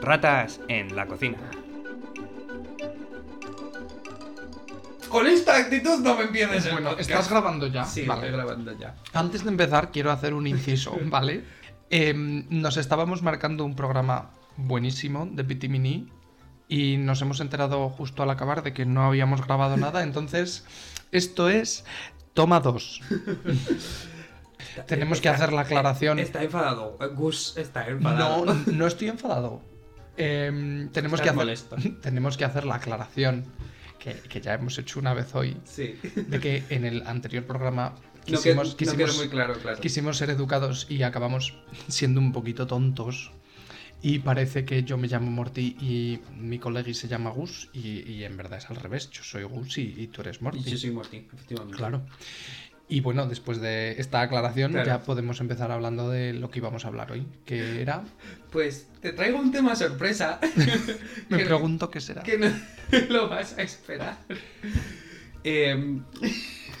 ratas en la cocina. Con esta actitud no me empieces el Bueno, podcast. ¿estás grabando ya? Sí, Vale. estoy grabando ya. Antes de empezar, quiero hacer un inciso, ¿vale? Em, nos estábamos marcando un programa buenísimo de Pitimini y nos hemos enterado justo al acabar de que no habíamos grabado nada, entonces esto es toma dos. Tenemos que hacer la aclaración. Está enfadado. Gus está No, enfadado. no estoy enfadado. Em, tenemos, Estás que hacer, molesto. tenemos que hacer la aclaración que, que ya hemos hecho una vez hoy, Sí. de que en el anterior programa No, que, quisimos, no quisimos- quedó muy claro, claro. Quisimos ser educados y acabamos siendo un poquito tontos. Y parece que yo me llamo Morty y mi colegui se llama Gus. Y, y en verdad es al revés. Yo soy Gus y, y tú eres Y Morty. yo soy Morty, efectivamente. Claro. Y bueno, después de esta aclaración Claro. ya podemos empezar hablando de lo que íbamos a hablar hoy. Que era... Pues te traigo un tema sorpresa. Me Que- pregunto qué será. que no lo vas a esperar. Em,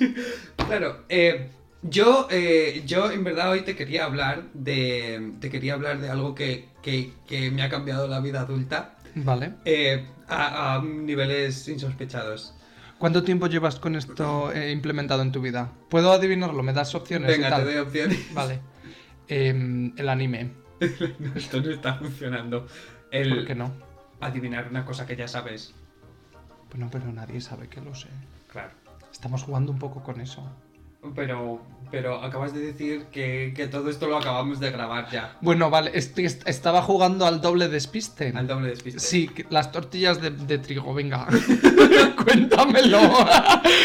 claro, eh, yo, eh, yo en verdad hoy te quería hablar de, te quería hablar de algo que, que- que me ha cambiado la vida adulta Vale. eh, a, a niveles insospechados. ¿Cuánto tiempo llevas con esto eh, implementado en tu vida? ¿Puedo adivinarlo? ¿Me das opciones? y Venga, tal? te doy opciones. Vale. Em, el anime. No, Esto no está funcionando. ¿Por El qué no? adivinar una cosa que ya sabes. Bueno, pero nadie sabe que lo sé. Claro. Estamos jugando un poco con eso. Pero, pero acabas de decir que, que todo esto lo acabamos de grabar ya. Bueno, vale, estoy- est- estaba jugando al doble despiste. Al doble despiste. Sí, que- las tortillas de, de trigo, venga. Cuéntamelo.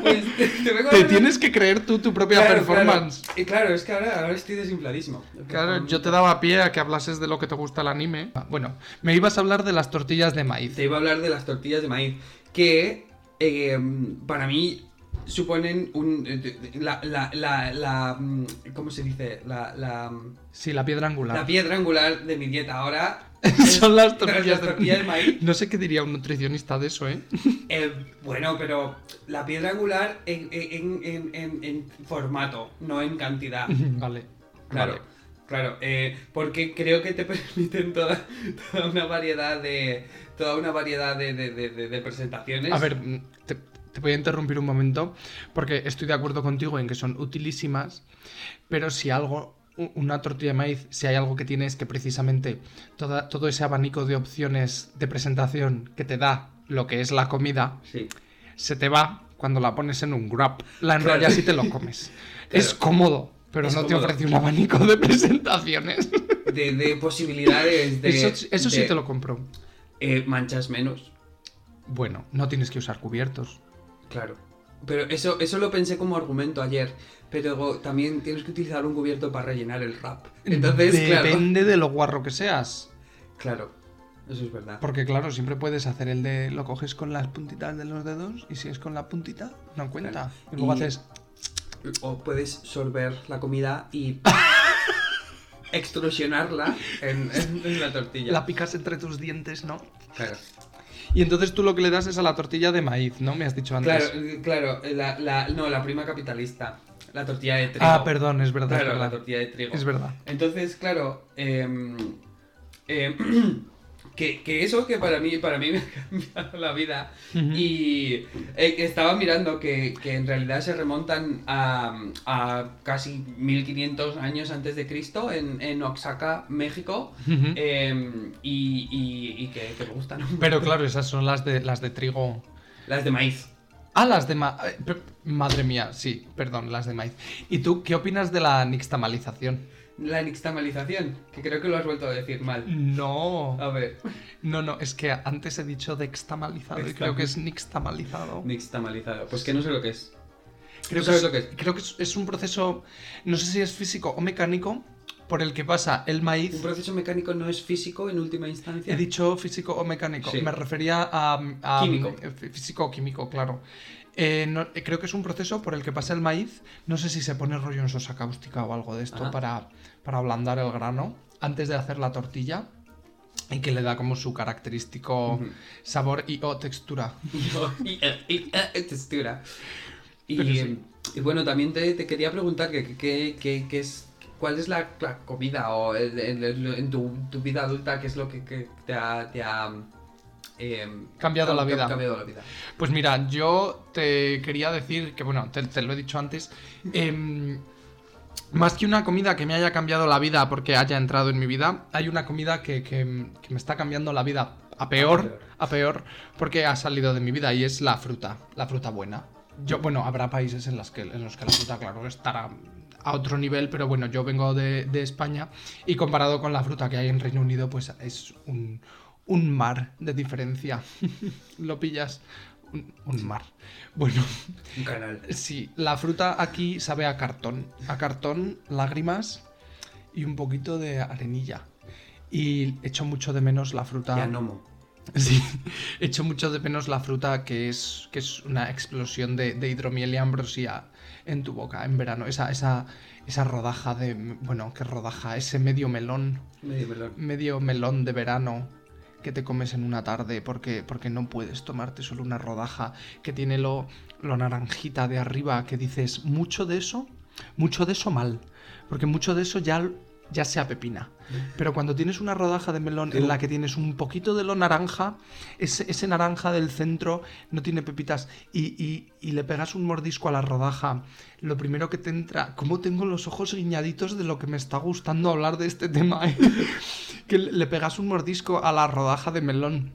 Pues te, te vengo a Te hablar de- tienes que creer tú tu propia Claro, performance. Claro. Y claro, es que ahora, ahora estoy desinfladísimo. Claro. yo te daba pie a que hablases de lo que te gusta el anime. Ah, Bueno, me ibas a hablar de las tortillas de maíz. Te iba a hablar de las tortillas de maíz, que eh, para mí suponen un... eh, La, la, la, la, mm, ¿Cómo se dice? La, la, Sí, la piedra angular. la piedra angular de mi dieta ahora... Son las Pero tortillas, las tortillas de maíz. No sé qué diría un nutricionista de eso, ¿eh? eh, bueno, pero la piedra angular en, en- en- en- en formato, no en cantidad. vale. Claro, Vale. claro, eh, porque creo que te permiten toda, toda una variedad de toda una variedad de, de- de- de- de presentaciones. A ver, mm, te, te voy a interrumpir un momento, porque estoy de acuerdo contigo en que son utilísimas, pero si algo, u- una tortilla de maíz, si hay algo que tiene es que precisamente toda- todo ese abanico de opciones de presentación que te da lo que es la comida, sí, se te va cuando la pones en un grab, la enrollas y te lo comes. Es cómodo. Pero Es no te cómodo. ofrece un abanico de presentaciones. de, de posibilidades de eso eso sí de, te lo compro. eh, manchas menos, Bueno, no tienes que usar cubiertos. claro. Pero eso eso lo pensé como argumento ayer, pero también tienes que utilizar un cubierto para rellenar el rap. Entonces, claro, Depende de lo guarro que seas. claro, eso es verdad. Porque claro, siempre puedes hacer el de lo coges con las puntitas de los dedos y si es con la puntita, no cuenta. Y luego Y- haces... O puedes sorber la comida y extrusionarla en, en- en la tortilla. La picas entre tus dientes, ¿no? Claro, Y entonces tú lo que le das es a la tortilla de maíz, ¿no? Me has dicho antes. claro, eh, claro, eh, la, la- no, la prima capitalista, la tortilla de trigo. ah, perdón, es verdad. es Claro, la verdad. tortilla de trigo. Es verdad. Entonces, claro, em, em, que, que eso que para mí, para mí me ha cambiado la vida Ujú. y eh, estaba mirando que, que en realidad se remontan a, a casi 1500 años antes de Cristo en, en Oaxaca, México, Ujú. em, y, y- y que, que me gustan un Pero montón. claro, esas son las de, las de trigo. las de maíz. Ah, las de ma- eh, per- Madre mía, sí, perdón, las de maíz. ¿Y tú qué opinas de la nixtamalización? La nixtamalización, que creo que lo has vuelto a decir mal. No. A ver, No, no, es que antes he dicho dextamalizado y creo que es nixtamalizado. nixtamalizado. Pues que no sé lo que es. Creo ¿Tú sabes que, es, lo que es? creo que es- es un proceso, no sé si es físico o mecánico, por el que pasa el Un maíz. proceso mecánico no es físico en última instancia. He dicho físico o mecánico, Sí. me refería a... a- Químico. eh, fí- Físico o químico, claro. Eh, no- eh, creo que es un proceso por el que pasa el maíz. No sé si se pone rollo en sosa cáustica o algo de esto Ajá. para, para ablandar el grano antes de hacer la tortilla y que le da como su característico Ujú. sabor y o textura. y, y- ah, y- textura. Y, Pero sí. y bueno, también te, te quería preguntar que, que, que- que es ¿Cuál es la, la comida o el- el- el- en tu, tu vida adulta qué es lo que, que te ha... te ha, em, Cambiado la cam- vida. Cambiado la vida. Pues mira, yo te quería decir que, bueno, te, te lo he dicho antes. em, más que una comida que me haya cambiado la vida porque haya entrado en mi vida, hay una comida que, que- que me está cambiando la vida a peor, a peor, porque ha salido de mi vida y es la fruta, la fruta buena. Yo, bueno, habrá países en, las que, en los que la fruta, claro, estará a otro nivel, pero bueno, yo vengo de, de España y comparado con la fruta que hay en Reino Unido, pues es un, un mar de diferencia. ¿Lo pillas? Un- un mar. Bueno. Un canal. Sí, la fruta aquí sabe a cartón. A cartón, lágrimas y un poquito de arenilla. Y echo mucho de menos la fruta. Ya nomo. Sí, echo mucho de menos la fruta que es, que es una explosión de, de hidromiel y ambrosía en tu boca en verano. Esa, esa, esa rodaja de. Bueno, ¿qué rodaja? Ese medio melón Medio melón. medio melón de verano que te comes en una tarde porque, porque no puedes tomarte solo una rodaja que tiene lo, lo naranjita de arriba que dices mucho de eso, mucho de eso mal, porque mucho de eso ya, ya sea pepina. Pero cuando tienes una rodaja de melón en la que tienes un poquito de lo naranja, ese, ese naranja del centro no tiene pepitas y, y- y le pegas un mordisco a la rodaja, lo primero que te entra, como tengo los ojos guiñaditos de lo que me está gustando hablar de este tema, eh? que le le pegas un mordisco a la rodaja de melón.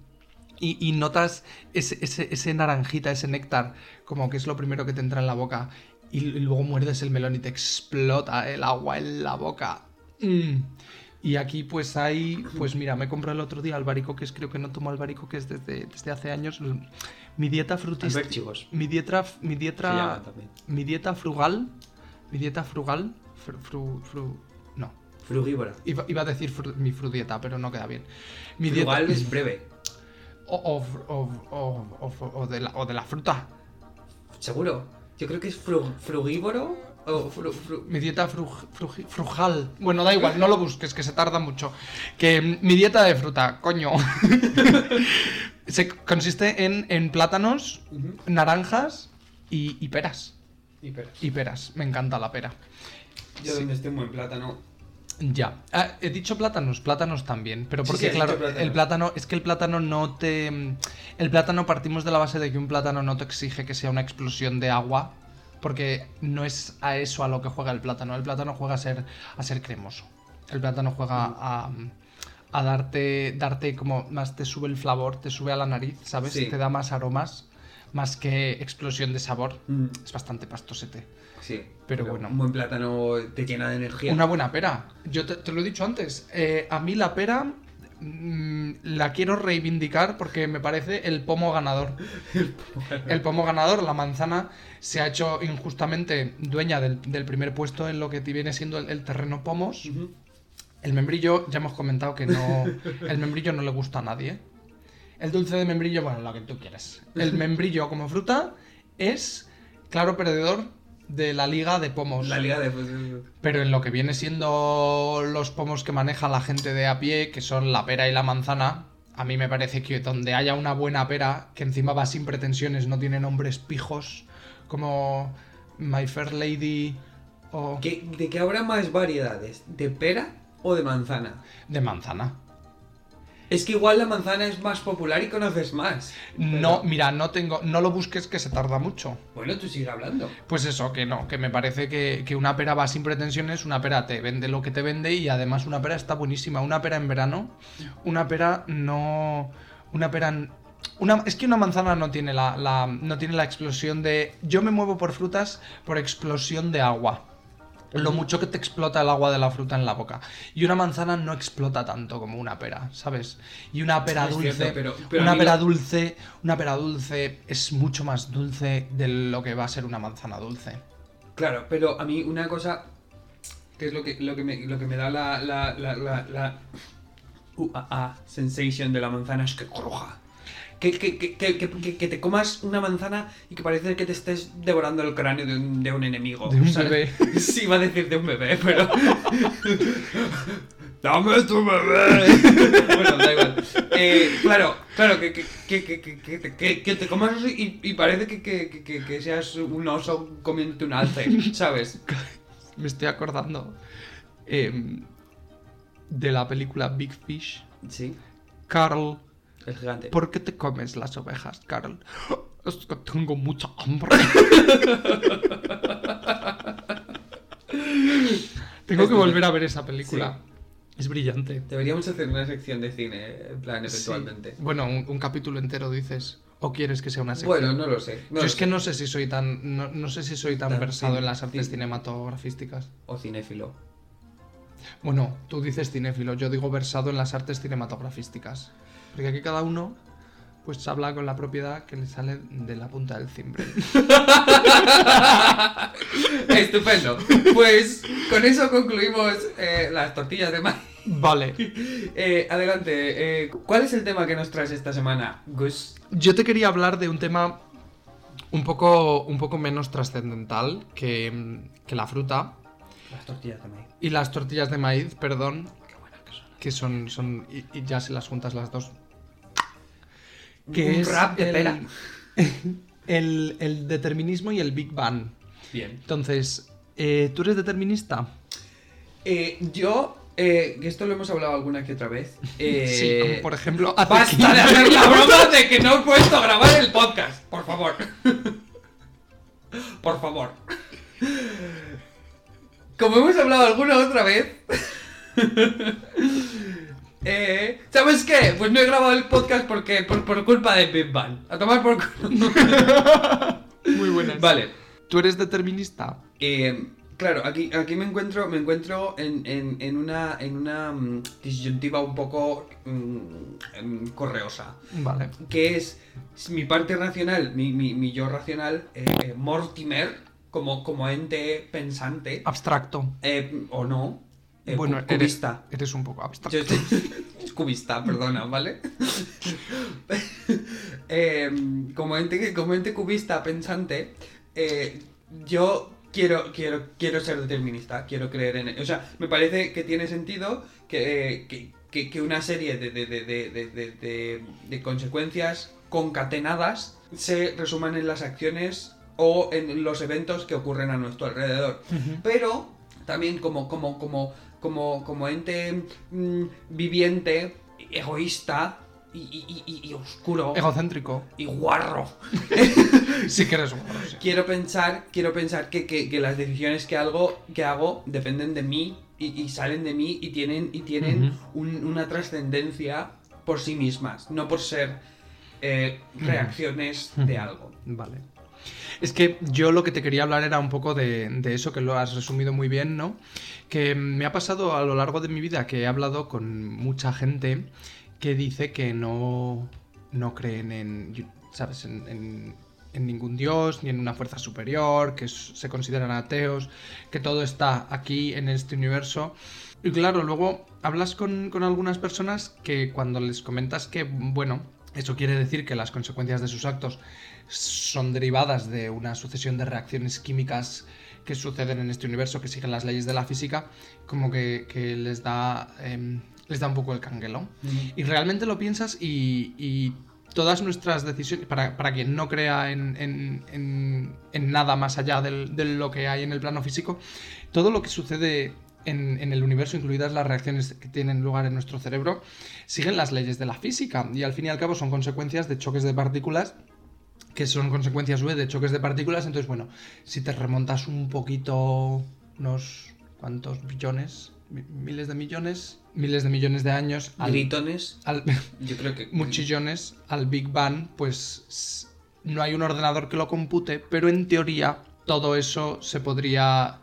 Y, y notas ese, ese- ese naranjita, ese néctar, como que es lo primero que te entra en la boca. Y, l- luego muerdes el melón y te explota el agua en la boca. Mm. Y aquí pues hay, pues mira, me compré el otro día albaricoques, creo que no tomo albaricoques desde, desde hace años. Mi dieta frutista... Albérchigos. Mi dieta, mi dieta Se llama también. mi dieta frugal, mi dieta frugal, fru, fru- fru- no, Frugívora. iba, iba a decir fru- mi frudieta, pero no queda bien. Mi Frugal dieta es breve. o, o fr- o- o- o fr- o de la, o de la fruta. Seguro. Yo creo que es fru- frugívoro o fru- fru- Mi dieta fruj- fruji- frujal. Bueno, da igual, no lo busques, que se tarda mucho. Que mm, mi dieta de fruta, coño. se consiste en, en plátanos, Ujú. naranjas y, y peras. Y peras, me encanta la pera. Yo donde esté muy en plátano. Ya. Ah, he dicho plátanos, plátanos también. Pero Sí, porque, sí, has claro, dicho plátanos. el plátano, es que el plátano no te. El plátano partimos de la base de que un plátano no te exige que sea una explosión de agua. Porque no es a eso a lo que juega el plátano. El plátano juega a ser, a ser cremoso. El plátano Mm. juega a. a darte, darte como más te sube el flavor, te sube a la nariz, ¿sabes? Sí. Te da más aromas, más que explosión de sabor. Mm, Es bastante pastosete. Sí. Pero bueno. Un buen plátano te llena de energía. Una buena pera. Yo te, te lo he dicho antes. eh, a mí la pera mm, la quiero reivindicar porque me parece el pomo ganador. El pomo ganador, la manzana, se ha hecho injustamente dueña del, del primer puesto en lo que viene siendo el, el terreno pomos. Ujú. El membrillo, ya hemos comentado que no. El membrillo no le gusta a nadie. El dulce de membrillo, bueno, lo que tú quieras. El membrillo como fruta es claro perdedor de la liga de pomos. La liga de... pues, Pero en lo que viene siendo los pomos que maneja la gente de a pie, que son la pera y la manzana, a mí me parece que donde haya una buena pera, que encima va sin pretensiones, no tiene nombres pijos, como My Fair Lady o ¿Qué- ¿De qué habrá más variedades? ¿De pera o de manzana? de manzana. Es que igual la manzana es más popular y conoces más. No, mira, no tengo, no lo busques que se tarda mucho. Bueno, tú sigue hablando. Pues eso, que no, que me parece que, que una pera va sin pretensiones, una pera te vende lo que te vende y además una pera está buenísima. Una pera en verano, una pera no. Una pera. n- Una, es que una manzana no tiene la, la- no tiene la explosión de. Yo me muevo por frutas por explosión de agua. Lo mucho que te explota el agua de la fruta en la boca. Y una manzana no explota tanto como una pera, ¿sabes? Y una pera Es dulce. cierto, pero- pero a una mí pera la- dulce, una pera dulce es mucho más dulce de lo que va a ser una manzana dulce. Claro, pero a mí una cosa que es lo que, lo que, me, lo que me da la, la, la, la, la uh, ah, ah, sensation de la manzana es que cruja. Que, que, que, que, que- que- que te comas una manzana y que parece que te estés devorando el cráneo de un, de un enemigo. De un ¿sabes? bebé. Sí, iba a decir de un bebé, pero... ¡Dame tu bebé! bueno, da igual. Eh, claro, claro, que, que, que, que, que- que te- que- que te comas eso y, y parece que, que, que- que, que seas un oso comiéndote un alce, ¿sabes? Me estoy acordando eh, de la película Big Fish. Sí, Carl, el gigante. ¿por qué te comes las ovejas, Carl? Es que tengo mucha hambre. tengo que volver a ver esa película. Es brillante. Deberíamos hacer una sección de cine, en plan, eventualmente. Sí. Bueno, un, un capítulo entero dices. ¿O quieres que sea una sección? Bueno, no lo sé. no Yo lo es que sé. no sé si soy tan. No, no sé si soy tan Tan versado cin- en las artes cin- cinematográficas. O cinéfilo. Bueno, tú dices cinéfilo, yo digo versado en las artes cinematográficas. Porque aquí cada uno pues habla con la propiedad que le sale de la punta del cimbre. Estupendo. Pues con eso concluimos eh, las tortillas de maíz. vale. Eh, adelante, eh, ¿cuál es el tema que nos traes esta semana, Gus? Yo te quería hablar de un tema un poco, un poco menos trascendental que, que la fruta Las tortillas de maíz. y las tortillas de maíz, perdón, Qué buenas que son. que son, son y, y ya si las juntas las dos. Un rap de pera. el- el determinismo y el Big Bang. Bien. Entonces, eh, ¿tú eres determinista? Eh, yo, eh, que esto lo hemos hablado alguna que otra vez. eh, sí, como por ejemplo, hace Basta 15 de hacer la broma de que no he puesto a grabar el podcast, por favor. Por favor. Como hemos hablado alguna otra vez. eh, ¿Sabes qué? Pues no he grabado el podcast porque por, por culpa de Big Bang. A tomar por culo. Muy buenas. Vale. ¿Tú eres determinista? Eh, claro, aquí, aquí me encuentro, me encuentro en, en- en una, en una mm, disyuntiva un poco mm, mm, correosa. Vale. Que es mi parte racional, mi, mi- mi yo racional, eh, eh, Mortimer, como, como ente pensante, Abstracto. eh, o no, eh, Ah. bueno, cu- eres, cubista. eres un poco abstracto. Yo soy cubista, perdona, ¿vale? Eh, como, ente, que- como ente cubista pensante, eh, yo quiero, quiero, quiero ser determinista, quiero creer en... e, O sea, me parece que tiene sentido que, eh, que, que- que una serie de, de- de- de- de- de- de- de consecuencias concatenadas se resuman en las acciones o en los eventos que ocurren a nuestro alrededor Ujú. pero también como como como como como ente mm, viviente egoísta y, y- y- y oscuro Egocéntrico. y guarro Sí que eres un guarro, sí. quiero pensar quiero pensar que, que- que las decisiones que algo que hago dependen de mí y, y salen de mí y tienen y tienen un- una trascendencia por sí mismas no por ser eh, reacciones de algo Vale. Es que yo lo que te quería hablar era un poco de, de eso que lo has resumido muy bien, ¿no? Que mm, me ha pasado a lo largo de mi vida que he hablado con mucha gente que dice que no, no creen en, ¿sabes? En, en- en ningún dios ni en una fuerza superior, que s- se consideran ateos, que todo está aquí en este universo. Y claro, luego hablas con, con algunas personas que cuando les comentas que, bueno, eso quiere decir que las consecuencias de sus actos son derivadas de una sucesión de reacciones químicas que suceden en este universo, que siguen las leyes de la física, como que, que les, da, em, les da un poco el canguelo. Y realmente lo piensas y, y todas nuestras decisiones, para, para quien no crea en, en- en- en nada más allá del- de lo que hay en el plano físico, todo lo que sucede en, en el universo, incluidas las reacciones que tienen lugar en nuestro cerebro, siguen las leyes de la física y al fin y al cabo son consecuencias de choques de partículas que son consecuencias V de choques de partículas. Entonces, bueno, si te remontas un poquito, unos cuantos billones, mi- miles de millones, miles de millones de años al, gritones al- yo creo que muchillones al Big Bang, pues s- no hay un ordenador que lo compute, pero en teoría todo eso se podría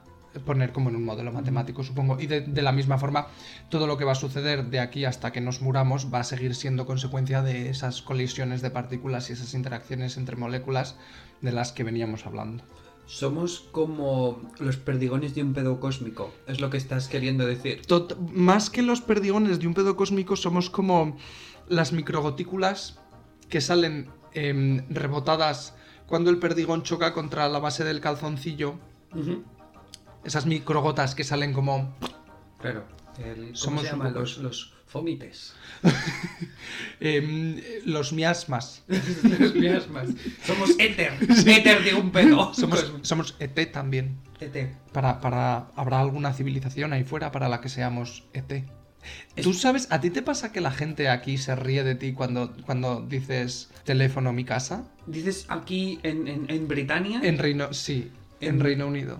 poner como en un modelo matemático, supongo. Y de, de la misma forma, todo lo que va a suceder de aquí hasta que nos muramos va a seguir siendo consecuencia de esas colisiones de partículas y esas interacciones entre moléculas de las que veníamos hablando. Somos como los perdigones de un pedo cósmico, es lo que estás queriendo decir. Tot- más que los perdigones de un pedo cósmico, somos como las microgotículas que salen em, rebotadas cuando el perdigón choca contra la base del calzoncillo. Esas microgotas que salen como. Claro. El, ¿Cómo Somos se un llaman poco los, los fomites. Em, los miasmas. Los miasmas. Somos éter. Éter de un pedo. Somos, somos ET también. éter. Para, para, ¿Habrá alguna civilización ahí fuera para la que seamos ET? ¿Tú sabes, a ti te pasa que la gente aquí se ríe de ti cuando, cuando dices teléfono mi casa? Dices aquí en, en- en Britania. En Reino, sí, en Ah. En- Reino Unido.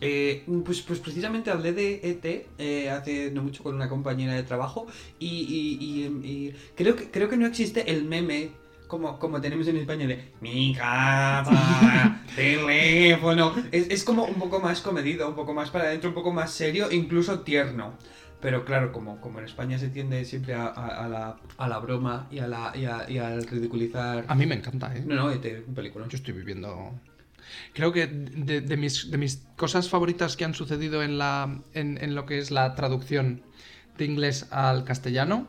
Eh, pues, pues precisamente hablé de ET eh, hace no mucho con una compañera de trabajo y, y- y, em, y creo, que, creo que no existe el meme como, como tenemos en España de mi casa, teléfono. Es, es como un poco más comedido, un poco más para adentro, un poco más serio, incluso tierno. Pero claro, como, como en España se tiende siempre a, a- a la, a la broma y, a la, y, a- y al ridiculizar. A mí me encanta, ¿eh? No, no, ET, un película. Yo estoy viviendo. Creo que de, de mis, de mis cosas favoritas que han sucedido en, la, en, en lo que es la traducción de inglés al castellano,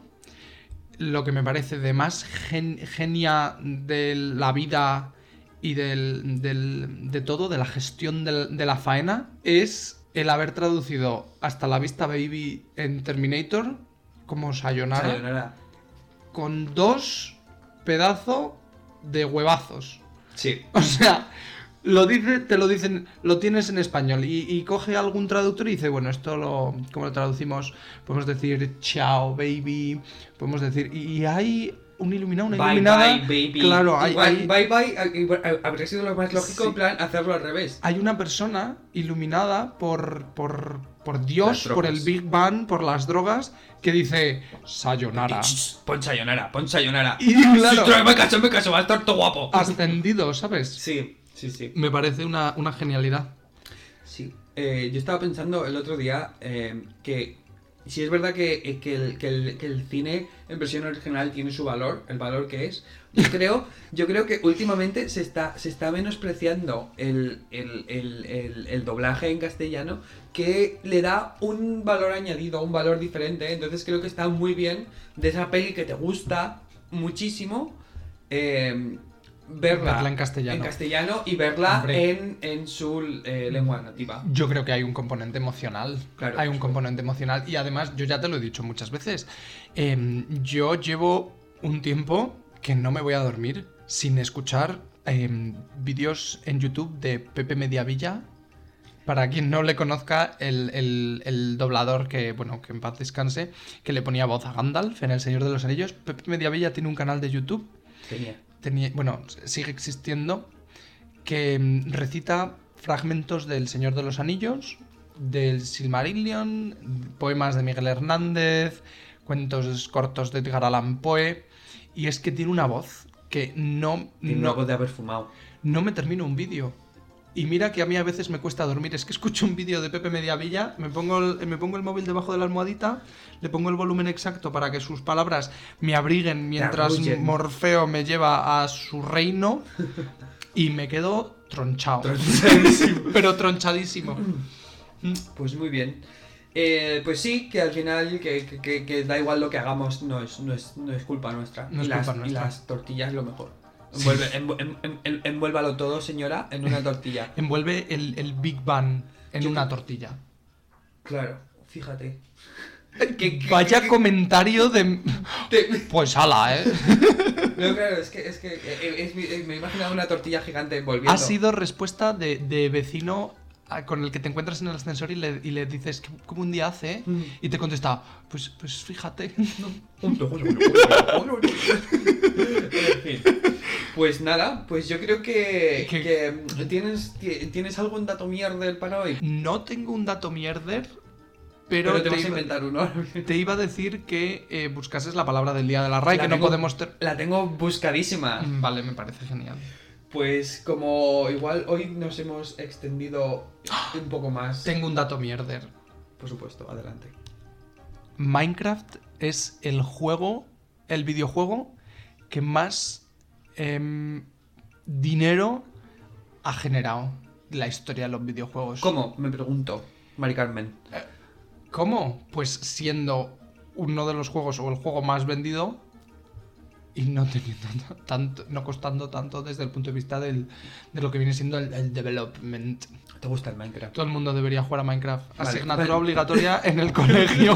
lo que me parece de más gen- genia de la vida y del, del- de todo, de la gestión del- de la faena, es el haber traducido hasta la vista baby en Terminator como Sayonara, Sayonara. con dos pedazos de huevazos. Sí. O sea, lo dice, te lo dicen, lo tienes en español y, y coge algún traductor y dice, bueno, esto lo, ¿cómo lo traducimos? Podemos decir chao, baby, podemos decir, y, y hay un iluminado, una Bye iluminada. bye, baby. Claro, hay, Igual, hay- bye bye ah, igual, ah, habría sido lo más lógico Sí. en plan hacerlo al revés. hay una persona iluminada por, por, por Dios, Las por el drogas. Big Bang, por las drogas, que dice, sayonara. Pon sayonara, pon sayonara. Y claro. Sí, me caso, me caso, va a estar todo guapo. Ascendido, ¿sabes? Sí, sí, sí. Me parece una, una genialidad. Sí. Eh, yo estaba pensando el otro día eh, que si es verdad que, eh, que, el, que, el, que el cine en versión original tiene su valor, el valor que es, yo creo, yo creo que últimamente se está, se está menospreciando el, el, el, el, el doblaje en castellano que le da un valor añadido, un valor diferente. Entonces creo que está muy bien de esa peli que te gusta muchísimo. eh, Verla, Verla en castellano. en castellano y verla Hombre. en, en su eh, lengua nativa. Yo creo que hay un componente emocional. Claro. hay un componente emocional. Y además, yo ya te lo he dicho muchas veces. em, yo llevo un tiempo que no me voy a dormir sin escuchar em, vídeos en YouTube de Pepe Mediavilla. Para quien no le conozca, el, el- el doblador que, bueno, que en paz descanse, que le ponía voz a Gandalf en El Señor de los Anillos. Pepe Mediavilla tiene un canal de YouTube Tenía. tenía- bueno, sigue existiendo, que mm, recita fragmentos del Señor de los Anillos, del Silmarillion, poemas de Miguel Hernández, cuentos cortos de Edgar Allan Poe, y es que tiene una voz que no, Tiene no, una voz de haber fumado. no me termino un vídeo. Y mira que a mí a veces me cuesta dormir, es que escucho un vídeo de Pepe Mediavilla, me pongo, el, me pongo el móvil debajo de la almohadita, le pongo el volumen exacto para que sus palabras me abriguen mientras arrullen. Morfeo me lleva a su reino y me quedo tronchado. Pero tronchadísimo. Pues muy bien. Eh, pues sí, que al final, que, que- que- que da igual lo que hagamos, no es, no es, no es culpa nuestra. No es y, las, culpa y nuestra. las tortillas lo mejor. Envuelve, envu- en- en- en- envuélvalo todo, señora, en una tortilla. Envuelve el, el Big Bang en Yo- una tortilla. Claro, fíjate. Vaya comentario de... Te- Pues ala, ¿eh? No, claro, es que, es que eh, es mi- eh, me he imaginado una tortilla gigante envolviendo. Ha sido respuesta de, de vecino a- con el que te encuentras en el ascensor y le, y le dices, "¿Qué- ¿cómo un día hace? Mm. Y te contesta, pues, pues fíjate. En fin. Pues nada, pues yo creo que, Que- que mm, tienes, que- tienes algún dato mierder para hoy. No tengo un dato mierder, pero, Pero, te, vas a iba, inventar uno. te iba a decir que eh, buscases la palabra del día de la RAI, La que no tengo- Ah. podemos... ter- La tengo buscadísima. Mm, Vale, me parece genial. Pues como igual hoy nos hemos extendido un poco más. Tengo un dato mierder. Por supuesto, adelante. Minecraft es el juego, el videojuego que más em, dinero ha generado la historia de los videojuegos. ¿Cómo? Me pregunto, Mari Carmen. ¿Cómo? Pues siendo uno de los juegos o el juego más vendido y no teniendo ta- tanto, no costando tanto desde el punto de vista del, de lo que viene siendo el, el development. ¿Te gusta el Minecraft? Todo el mundo debería jugar a Minecraft. Vale, Asignatura vale. obligatoria en el colegio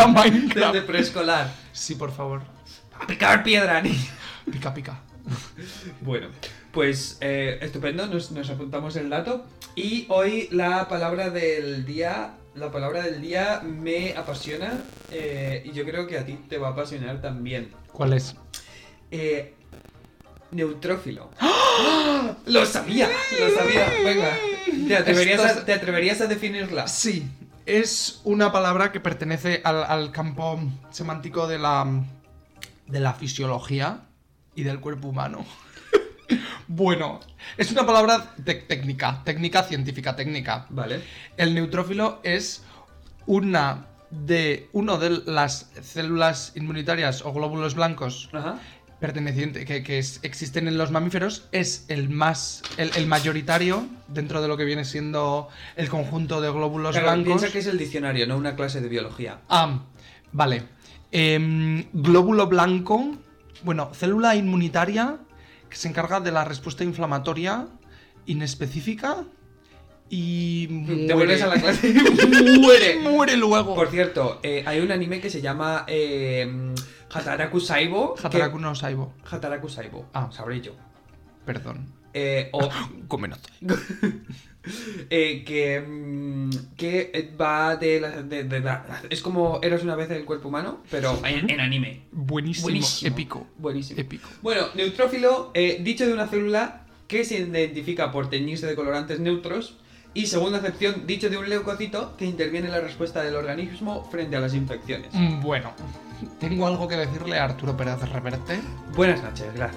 a Desde Minecraft. preescolar. Sí, por favor. A picar piedra, niño. Pica, pica. Bueno, pues eh, estupendo, nos, nos apuntamos el dato. Y hoy la palabra del día, la palabra del día me apasiona eh, y yo creo que a ti te va a apasionar también. ¿Cuál es? Eh, neutrófilo. ¡Ah! Lo sabía, lo sabía. Venga, ¿te atreverías, a, Estás- te atreverías a definirla? Sí, es una palabra que pertenece al, al campo semántico de la, de la fisiología y del cuerpo humano. bueno, es una palabra tec- técnica, técnica científica, técnica. Vale. El neutrófilo es una de uno de las células inmunitarias o glóbulos blancos Ajá. perteneciente que, que es- existen en los mamíferos es el más el, el mayoritario dentro de lo que viene siendo el conjunto de glóbulos Claro, blancos piensa que es el diccionario, no una clase de biología. Ah, vale. Em, glóbulo blanco, bueno, célula inmunitaria que se encarga de la respuesta inflamatoria inespecífica y muere. Te vuelves a la clase. muere, muere luego. Por cierto, eh, hay un anime que se llama eh, Hataraku Saibo. que- Hataraku no Saibo, Hataraku Saibo. Ah. sabré yo. perdón. Eh, o, Comenota. eh, que, mm, que eh, va de, la- de- de la- Es como Eras una vez el cuerpo humano, pero en, en anime. Buenísimo, Buenísimo. épico, Buenísimo. épico. Bueno, neutrófilo, eh, dicho de una célula que se identifica por teñirse de colorantes neutros. Y segunda acepción, dicho de un leucocito que interviene en la respuesta del organismo frente a las infecciones. Mm, Bueno, tengo algo que decirle a Arturo Pérez Reverte. Buenas noches, gracias.